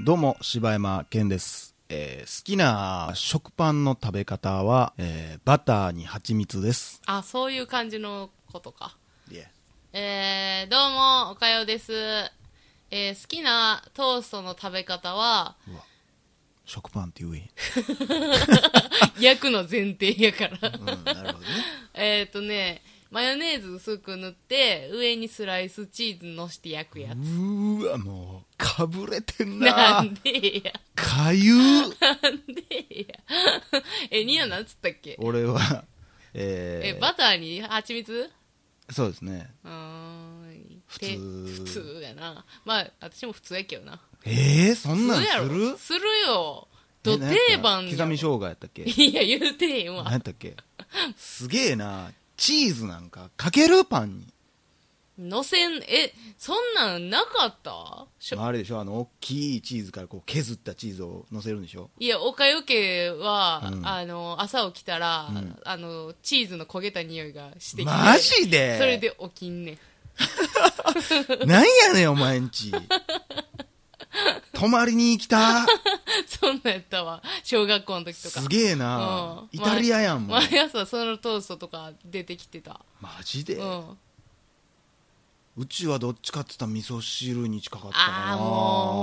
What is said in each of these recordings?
どうも、柴山健です。えー好きな食パンの食べ方は、えーバターに蜂蜜です。あ、そういう感じのことか。いええー、どうも、おかよです。えー、好きなトーストの食べ 方は、うわ食パンって言えへん。焼くの前提やから。 うん、なるほどね。えっとね、マヨネーズ薄く塗って、上にスライスチーズのして焼くやうつ。ーわ、もう、かぶれてんなな。んでや。かゆーなんでや。 え、ニアなんつったっけ俺は、えーえ、バターに蜂蜜そうですね。うーん。普て通普通やな。まあ、私も普通やけどな。えー、そんなん普通すやるろするよ。どえなんやった定番や刻ろみ生姜やったっけいや、言うてへん何やわっ。たっけすげえな。チーズなんかかけるパンに。のせん、え、そんなんなかったしょまあ、あれでしょあの大きいチーズからこう削ったチーズを乗せるんでしょいや、おかよけは、うんあの、朝起きたら、うんあの、チーズの焦げた匂いがしてきて。マジでそれで起きんねん。 なんやねんお前んち泊まりに行きたそんなんやったわ。小学校の時とか。すげえな、うんイタリアやんもん毎朝そのトーストとか出てきてた。マジで、う。うんちはどっちかって言ったら味噌汁に近かったかなああ、もう、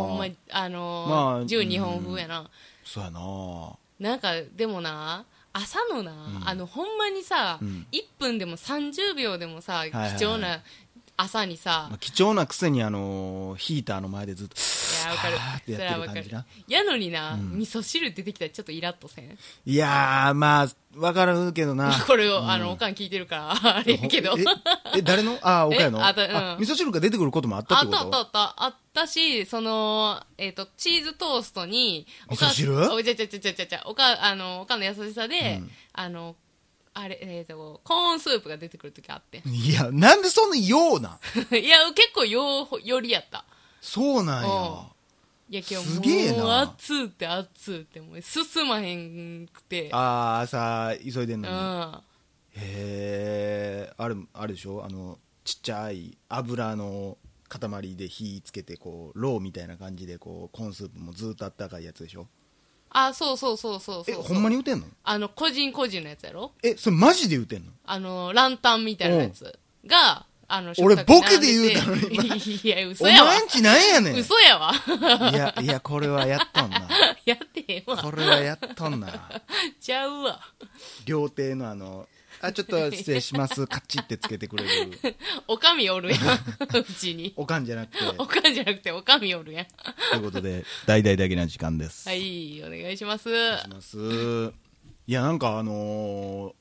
ほんま、あまのあー、十二本風やな。そうやななんか、でもな、朝のな、んあの、ほんまにさ、うん1分でも30秒でもさ、いはいはい貴重な朝にさまあ、貴重なくせにあのーヒーターの前でずっといや、わかるあーっ。てそれやってはるわか感るじな。やのにな、うん味噌汁出てきたらちょっとイラっとせん。いやーまあわかるけどなこれを、あの、おかん聞いてるから、あれやけど。ええ誰のああ岡谷の えあたうんあ味噌汁が出てくることもあったっあてっことたあったあった。あったし、その、えっ、と、チーズトーストに、おか味噌汁おじゃじゃじゃじゃじゃじゃ、おか、あの、おかんの優しさで、うんあの、あれ、えっ、と、コーンスープが出てくるときあって。いや、なんでそんなようなん いや、結構よう、よりやった。そうなんうんや。いや、今すげえ日なもう、熱うって熱うって、もう進まへんくて。あー、朝、急いでんうのに。ん。へえ、あれ、あれでしょあの、ちっちゃい油の塊で火つけて、こう、ローみたいな感じで、こう、コーンスープもずっとあったかいやつでしょあ、そうそうそうそうそうえ、ほんまに打てんのあの、個人個人のやつやろえ、それマジで打てんのあの、ランタンみたいなやつが、あの、俺食卓ボに並んでてケで言うたのに いや、嘘おやわ。前んちなんやねん。い嘘やわ。 や、いや、これはやっとんな。やってへんわ。これはやっとんな。ちゃうわ。料亭のあの、あ、ちょっと失礼します。カチってつけてくれる。おかみおるや ん。うちに。おかんじゃなくて。 おかんじゃなくておかみおるやん。ということで、大々だけな時間です。は。い、お願いします。します。いや、なんかあのー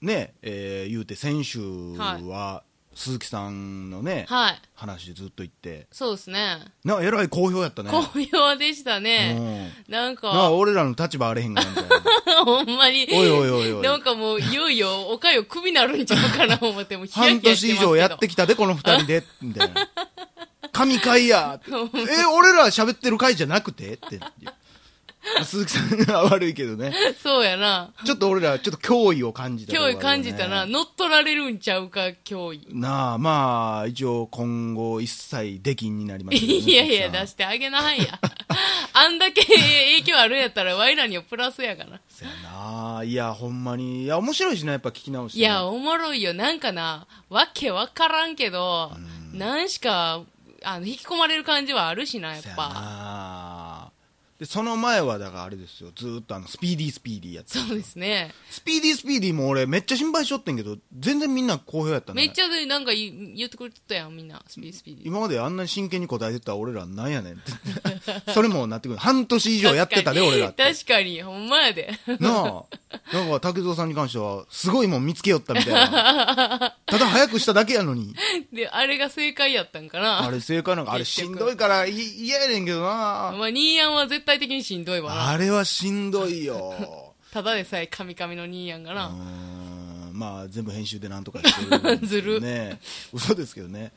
ね、えー言うて先週は、鈴木さんのね、はい。話ずっと言って、そうですね。な、えらい好評やったね。好評でしたね。うなんん。な、か、俺らの立場あれへんがなみ たいな。ほんまに。おいおいおいおいなんかもう、いよいよ、おかよクビなるんちゃうかな思って、もうヒヤヒ半ヤしてま年以すけど上やってきたで、この二人で、みたいな。神回やっ てえ、俺ら喋ってる回じゃなくてって。鈴木さんが悪いけどね。 そうやな。ちょっと俺ら、ちょっと脅威を感じたとこ脅ろある威よね、感じたな。乗っ取られるんちゃうか、脅威。なあまあ一応今後一切出禁になりましたけどね いやい鈴や、木さん出してあげなはん や。あんだけ影響あるんやったら、ワイらにはプラスやから。そやないやほんまにいや面白いしなやっぱ聞き直していいや、おもろいよ。なんかな、わけわからんけど、なんしか、あの、引き込まれる感じはあるしな、やっそやぱ。なでその前はだからあれですよずーっとあのスピーディースピーディーやつそうですね。スピーディースピーディーも俺めっちゃ心配しとってんけど全然みんな好評やったねめっちゃ、なんか言言ってくれてたやん、みんな。スピースピーディー。今まであんなに真剣に答えてた俺らなんやねんってそれもなってくる 半年以上やってたで俺らって確かに、ほんまやで。 なあ。なんか、竹蔵さんに関しては、すごいもん見つけよったみたいな。 ただ早くしただけやのに。で、あれが正解やったんかあな。れ正解なん か、あれ結し局んどいからい嫌やねんけどな。まあ、ニーヤンは絶対的にしんどいわな。あれはしんどい よ。ただでさえカミカミのニーヤンがうな。ーん。まあ、全部編集でなんとかして るんですけどね。嘘ですけどね。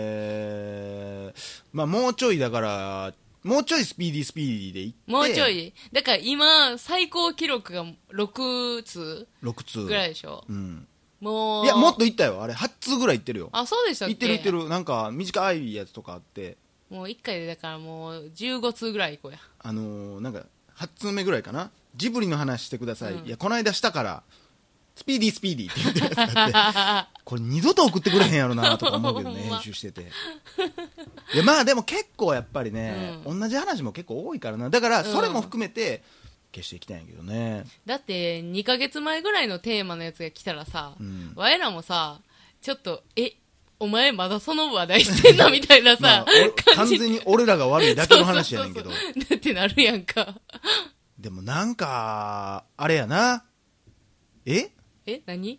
えー、まあ、もうちょいだから、もうちょいスピーディースピーディーでいって。もうちょい。だから今、最高記録が6通 ?6 通。ぐらいでしょ。うん。もう。いやもっといったよあれ8通ぐらいいってるよあ、そうでしたっいけってるいってるなんか短いやつとかあってもう一回で、だからもう、15通ぐらい行こうや。あのーなんか8通目ぐらいかなジブリの話してください、いやこの間したからスピーディースピーディーって言ってる やつがあってこれ二度と送ってくれへんやろなとか思うけどねほんま編集してていやまあでも結構やっぱりね、同じ話も結構多いからなだからそれも含めて消していきたいんやけどね、だって、2ヶ月前ぐらいのテーマのやつが来たらさ、うん我らもさ、ちょっと、え、お前まだその話題してんのみたいなまさあ、お、完全に俺らが悪いだけの話やねんけどそうそうそうだってなるやんか。でもなんかあれやなええ、何い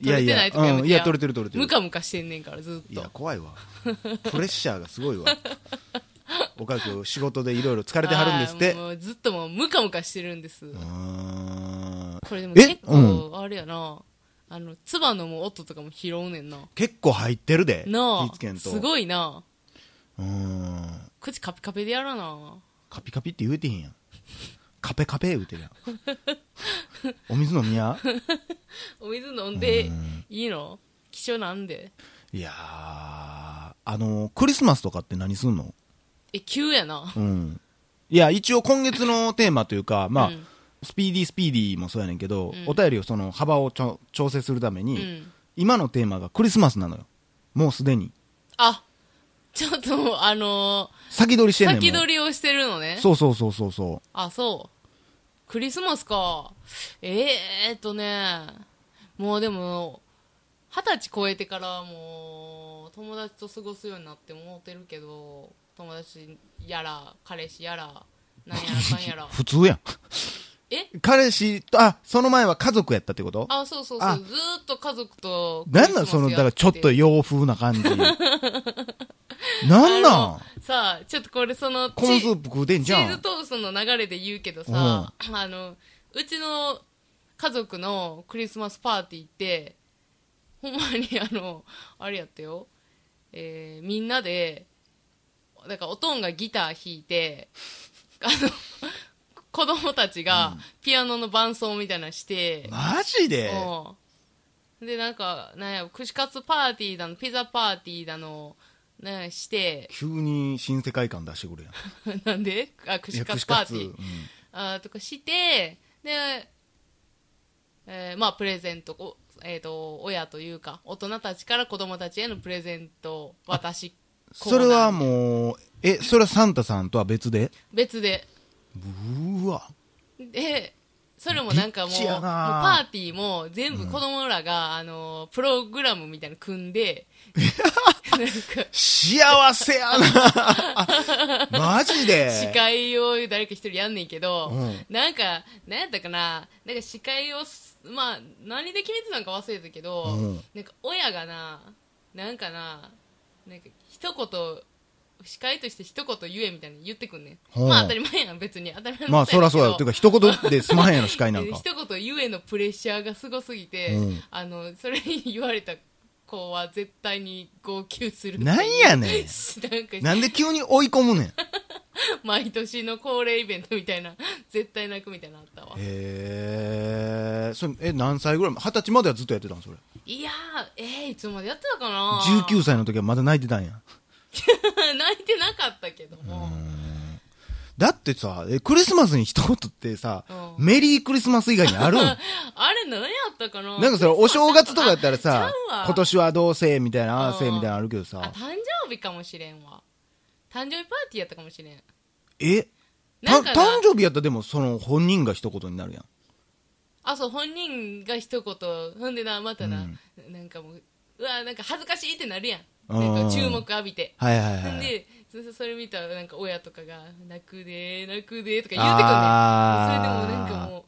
やいや取れてないとかやめてうんいや取れてる取れてるムカムカしてんねんから、ずっいとや。怖いわプレッシャーがすごいわ おかく仕事でいろいろ疲れてはるんですってあーもうずっともうムカムカしてるんです。うーんこれでもえ結構、あれやな、あの、ツバのも音とかも拾うねんな。結構入ってるでな気つけあ、んとすいごいな。うーん口カピカピでやらな。カピカピって言うてへんやんカペカペ言うてるやん お水飲みや お水飲んでいいの気象なんで。いやーあのクリスマスとかって何すんのえ、急やな。うんいや一応今月のテーマというかまあ、うんスピーディースピーディーもそうやねんけど、んお便りをその幅をちょ調整するためうに、ん。今のテーマがクリスマスなのよもうすでにあ、ちょっともう、あの先取りしてーんねんもう先取りをしてるのね。そうそうそうそうそあ、そう。クリスマスか。えー、っとね、もうでも、二十歳超えてからもう、友達と過ごすようになって思ってるけど、友達やら、彼氏やら、なんやらかんや らう。普通やんえ彼氏とあその前は家族やったってことあ、そうそうそあう。ずーっと家族とクリなスんマスやなってんて。そのだからちょっと洋風な感じ なんなんあのさあ、ちょっとこれその、コーンスチープ食うてんじチゃーズんトーストの流れで言うけどさ、あの、うちの家族のクリスマスパーティーって、ほんまにあの、あれやったよ。えーみんなで、だからおとんがギター弾いて、あの、子供たちがピアノの伴奏みたいなのして、マジでうんで、なんか、なんや、串カツパーティーだの、ピザパーティーだの、なんやして、急に新世界観出してくる やんなんであ、い串やカ串ツパカーテツィー。あーとかして、で、えーまあ、プレゼント、おえっ、と、親というか、大人たちから子供たちへのプレゼント、私、それはもうえそれはサンタさんとは別で別で。うーわで、それもなんかもう、リッもチうやなパーティーも全部子供らが、あの、プログラムみたいなの組ん で、なんか、幸せ やなマジで司会を誰か一人やんねんけど、うんなんか、なんやったかな、なんか司会をす、まあ、何で決めてたんか忘れたけど、うんなんか親がな、なんかな、なんか一言、司会として一言言えみたいに言ってくんねん。うんまあ当たり前やん、別に。当たり前 のまあことそやねんらけそうどやろっていうか一言で済まへんやろ司会なんでか 一言ゆえのプレッシャーがすごすぎて、うんあのそれに言われた子は絶対に号泣するなんやねん なんかなんで急に追い込むねん へ毎年の恒例イベントみたいな 絶対泣くみたいなのあったわえそれえ何歳ぐらい二十歳まではずっとやってたんそれいやーえー、いつまでやってたかな19歳の時はまだ泣いてたんや 泣いてなかったけども、だってさえクリスマスに一言ってさ、うんメリークリスマス以外に あるんなんあれ何やったかなかそれお正月とかやったらあさ ちゃうわ今年はどうせみたいなああせみうんたいなのあるけどあさ誕生日かもしれんわ誕生日パーティーやったかもしれんえたなんかな誕生日やったらでもその本人が一言になるやんあそう本人が一言ほんでなまたな、なんかもううわなんか恥ずかしいってなるやんうんなんか注目浴びてはいはいほはんいでそそれ見たらなんか親とかが泣くで泣くでとか言うてくんねあーんそれでもなんかも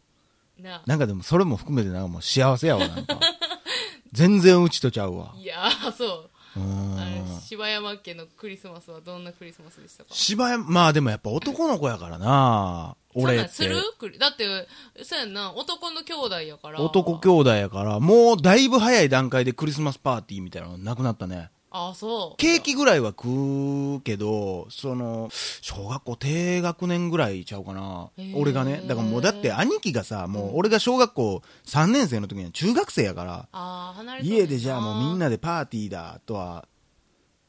うななんかでもそれも含めてなんかもう幸せやわ、なんか。 全然うちとちゃうわ。いやーそううーあん。の柴山家のクリスマスはどんなクリスマスでしたか芝居、まあでもやっぱ男の子やからな俺そんっなんて。するクリだってそうやんな男の兄弟やから男兄弟やから、もうだいぶ早い段階でクリスマスパーティーみたいなのなくなったね。あそうケーキぐらいは食うけど、その、小学校低学年ぐらいちゃうかなへ。ー俺がね。だからもうだって兄貴がさ、もう俺が小学校3年生の時には中学生やから、あー離れて家でじゃあもうみんななでパーティーだとは、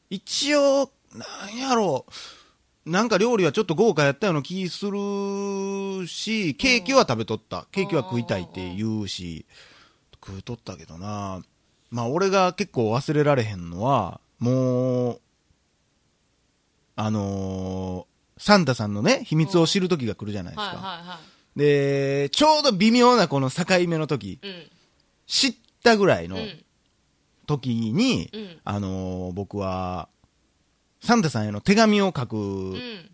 一応、なんやろう、なんか料理はちょっと豪華やったような気するし、ケーキは食べとった。ケーキは食いたいって言うし、食うとったけどな。まあ俺が結構忘れられへんのは、もう、あのーサンタさんのね、秘密を知る時が来るじゃないですはいか。はで、ちょうど微妙なこの境目の時、いはい知ったぐらいうんのうん時に、うんあのー僕は、サンタさんへの手紙を書く、うん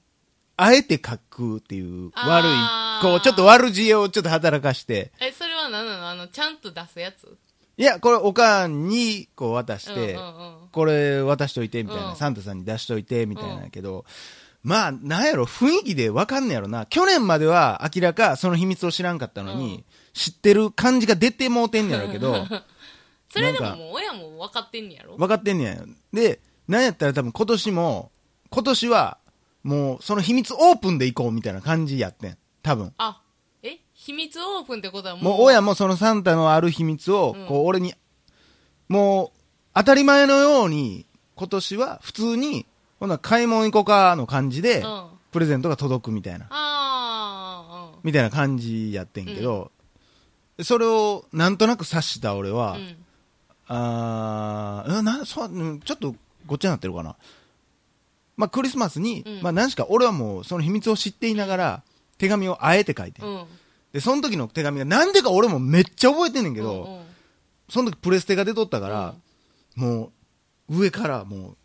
あえて書くっていう、悪いあ、ーこう、ちょっと悪知恵をちょっと働かして、えそれは何なのあのちゃんと出すやついや、これおかんに、こう渡して、うんうんうんこれ渡しといて、みたいな、うんサンタさんに出しといて、みたいなんやけど、まあ、なんやろ、雰囲気でわかんねやろな。去年までは明らかその秘密を知らんかったのに、知ってる感じが出てもうてんねやろうけど、 それでなんかももう親も分かってんねやろ分かってんねやでなんやったら多分今年も今年はもうその秘密オープンでいこうみたいな感じやってん多分あえ秘密オープンってことはもうもう親もそのサンタのある秘密をうんこう俺に、もう当たり前のように今年は普通にほな買い物行こうかの感じで、うんプレゼントが届くみたいなあーみたいな感じやってんけど、それをなんとなく察した俺は、うんうんあーうんなそううんちょっとごっちゃになってるかな、まあ、クリスマスに、うんまあ、何しか俺はもうその秘密を知っていながら手紙をあえて書いてん、うんでその時の手紙がなんでか俺もめっちゃ覚えてんねんけど、うんうんその時プレステが出とったから、もう上からもう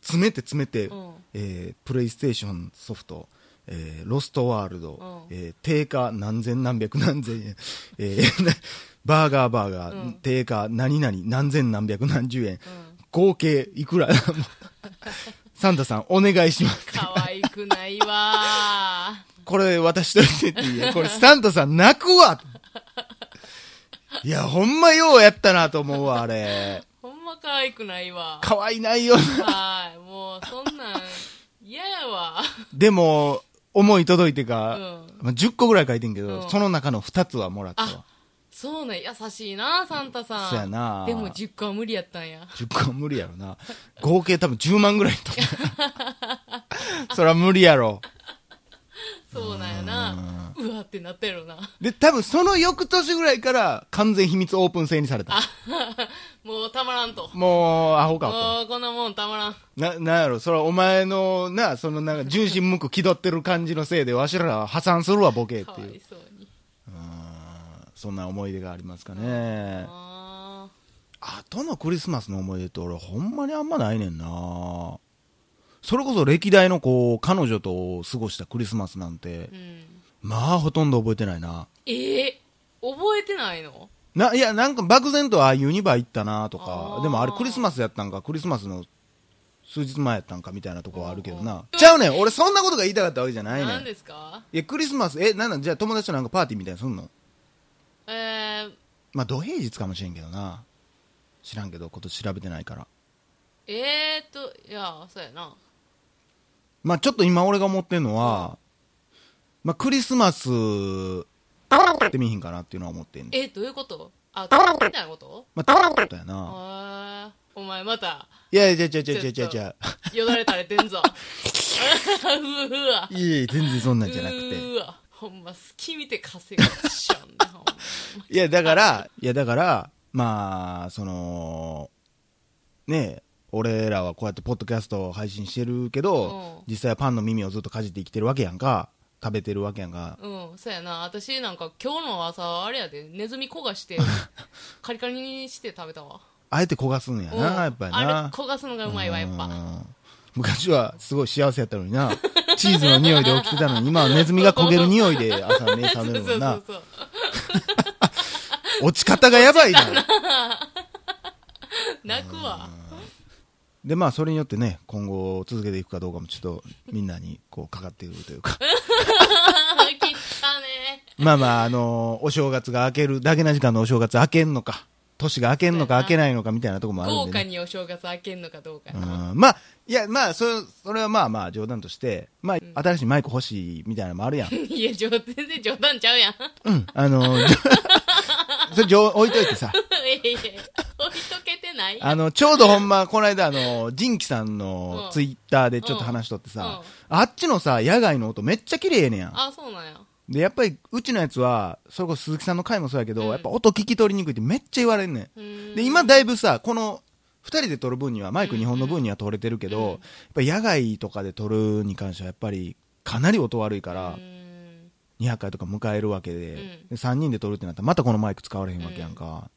詰めて詰めて、うんえープレイステーションソフト、えーロストワールド、うんえー定価何千何百何千円、えー なバーガーバーガー、うん定価何々何千何百何十円、うん合計いくら もうサンタさんお願いします可愛くないわこれ渡しといてっていうこれサンタさん泣くわいやほんまようやったなと思うわあれーほんま可愛くないわ可愛いないよなはいもうそんなん嫌やわでも思い届いてうか、んまあ10個ぐらい書いてんけど、うんその中の2つはもらったわあそうね優しいなサンタさんそうやなでも10個は無理やったんや10個は無理やろな。合計多分10万ぐらいと。 そら無理やろ。そうなんやなうわってなったやろなで、多分その翌年ぐらいから完全秘密オープン制にされた。もうたまらんともう、アホかと。もうこんなもんたまらんな、なんやろ、そらお前の、な、そのなんか、純真無垢気取ってる感じのせいで、わしら破産するわ、ボケっかてわいうい。そうにうんそんな思い出がありますかね。あ後のクリスマスの思い出って俺ほんまにあんまないねんなそれこそ歴代のこう彼女と過ごしたクリスマスなんてーうんまあほとんど覚えてないなええ覚えてないのないやなんか漠然とああユニバ行ったなとあかーでもあれクリスマスやったんかクリスマスの数日前やったんかみたいなとこはあるけどうんうなんちゃうねん俺そんなことが言いたかったわけじゃないね何んいですかやクリスマスえなんなんじゃあ友達となんかパーティーみたいなのすんのえー、まあ土平日かもしれんけどな知らんけどこと調べてないからえーといやそうやなまあちょっと今俺が思ってんのは、まあクリスマス、ってみひんかなっていうのは思ってんの。えどういうこと あみたいなことまあ、ことやな。あーお前またいやいやいやいやいやいちょやいっとやよだれ垂れて んぞうわいやいや、全然そんなんじゃなくうて。ーわほんま好き見て稼がしちゃうんだほんまいや、だから、いや、だから、まあ、その、ねえ、俺らはこうやってポッドキャストを配信してるけどうん、実際はパンの耳をずっとかじって生きてるわけやんか、食べてるわけやんか。うんそうやな私なんか今日の朝あれやでネズミ焦がして カリカリにして食べたわあえて焦がすんやうんな、やっぱりな。あれ焦がすのがうまいわやっうぱん昔はすごい幸せやったのにな。 チーズの匂いで起きてたのに、今はネズミが焦げる匂いで朝目覚めるもんな。 そう落ち方がやばいな。泣くわ で、まあ、それによってね、今後続けていくかどうかもちょっとみんなにこうかかってくるという か。切ったねまあまあ、あのーお正月が明ける、だけな時間のお正月明けんのか。年が明けんのかそうやな明けないのかみたいなとこもある豪んで、華ね。にお正月明けんのかどうかうやな、んまあ、いや、まあ、それ、それはまあまあ冗談として、まあ、新しいマイク欲しいみたいなのもあるやん。 いや冗全然冗談ちゃうやん うん。あの、じょ それじょ、置いといてさ。いやいや置いとけてないあの、ちょうどほんま、この間、あの、ジンキさんのうんツイッターでちょっと話しとってさ、あっちのさ、野外の音めっちゃ綺麗やねん。あそうなんやで、やっぱり、うちのやつは、それこそ鈴木さんの回もそうやけど、うんやっぱ音聞き取りにくいってめっちゃ言われんねん。うーんで、今だいぶさ、この、二人で撮る分には、マイク日本の分には撮れてるけど、やっぱ野外とかで撮るに関しては、やっぱり、かなり音悪いからう、ーん200回とか迎えるわけで、うんで3人で撮るってなったら、またこのマイク使われへんわけやんか。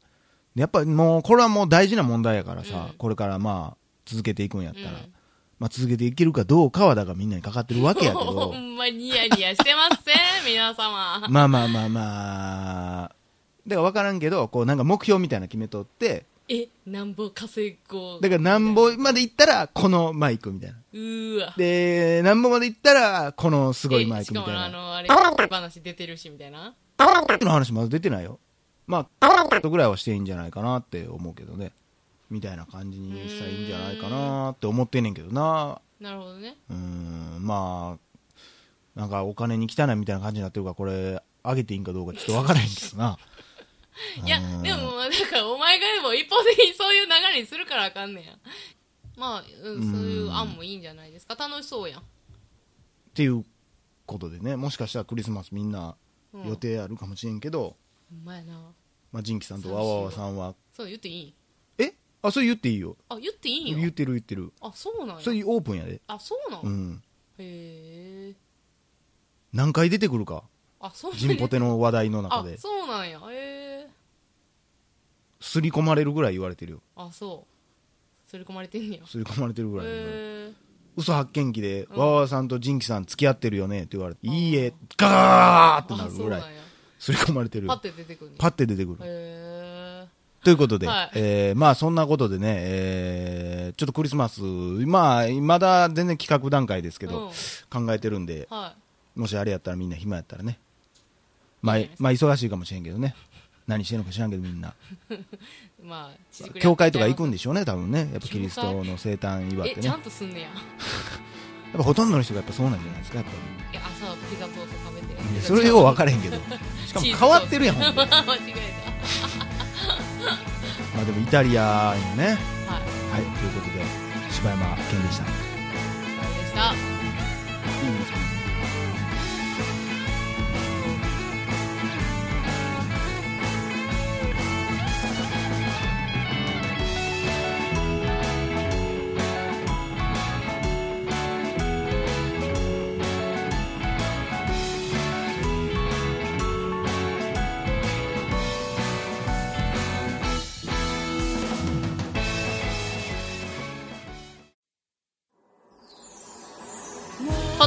でやっぱりもう、これはもう大事な問題やからさ、うんこれからまあ、続けていくんやったら、うんまあ続けていけるかどうかは、だからみんなにかかってるわけやけ ほど、んまニヤニヤしてますね 皆様まあまあまあまあ、だから分からんけど、こうなんか目標みたいなの決めとって、えなんぼ稼ごうだからなんぼまで行ったら、このマイクみたいな。うーわで、なんぼまで行ったら、このすごいマイクみたいえしかな。もあのあれ話出てるしみたいなの話まだ出てないよ。まあ、ことぐらいはしていいんじゃないかなって思うけどね。みたいな感じにしたらいいんじゃないかなって思ってんねんけどな。なるほどねうーん、まあ、なんかお金に汚いみたいな感じになってるから、これ、あげていいんかどうかちょっとわからへんけどな。いやうんでもなんかお前がでも一方的にそういう流れにするからあかんねやまあ、うんうんそういう案もいいんじゃないですか楽しそうやんっていうことでね、もしかしたらクリスマスみんなうん予定あるかもしれんけど、ほんまやなまあ、ジンキさんとわわわさんは、そう言っていいえあ、それ言っていいよ。あ言っていいん言っやてる言ってる。あそうなんそやれオープンやで。あそうなん、うん。へえ何回出てくるか。あそうなんジンポテの話題の中あで。そうなんやへえすり込まれるぐらい言われてるよ。あそう刷り込まれてんねやすり込まれてるぐらい言われる。へえ嘘発見器で、うんわわわさんとジンキさん付き合ってるよねって言われて、うんいいえ、ガーってなあるそぐうらいなんやすり込まれてるパッ。て出てくるねパッて出てくる。へえということで、はいえーまあそんなことでね、えーちょっとクリスマス、まあ、まだ全然企画段階ですけど、考えてるんで、はもしあれやったらみんな暇やったらね。まあいいじゃないで、すまあ忙しいかもしれんけどね。何してんのか知らんけどみんな。いまあ縮こりやって教会とか行くんでちしょうね、多分ね。やっぱキリストの生誕ゃ祝いっますてえね。ちやゃっんとすんねやぱほとんどの人がやっぱそうなんじゃないですか、やっぱいや朝はピザトースト食べてり。それよう分かれれへんけど。しかも変わってるやん、ほんで 間違まえあでもイタリアよね。たははいい、ということで、柴山健でした。いお疲れでしたいですねポ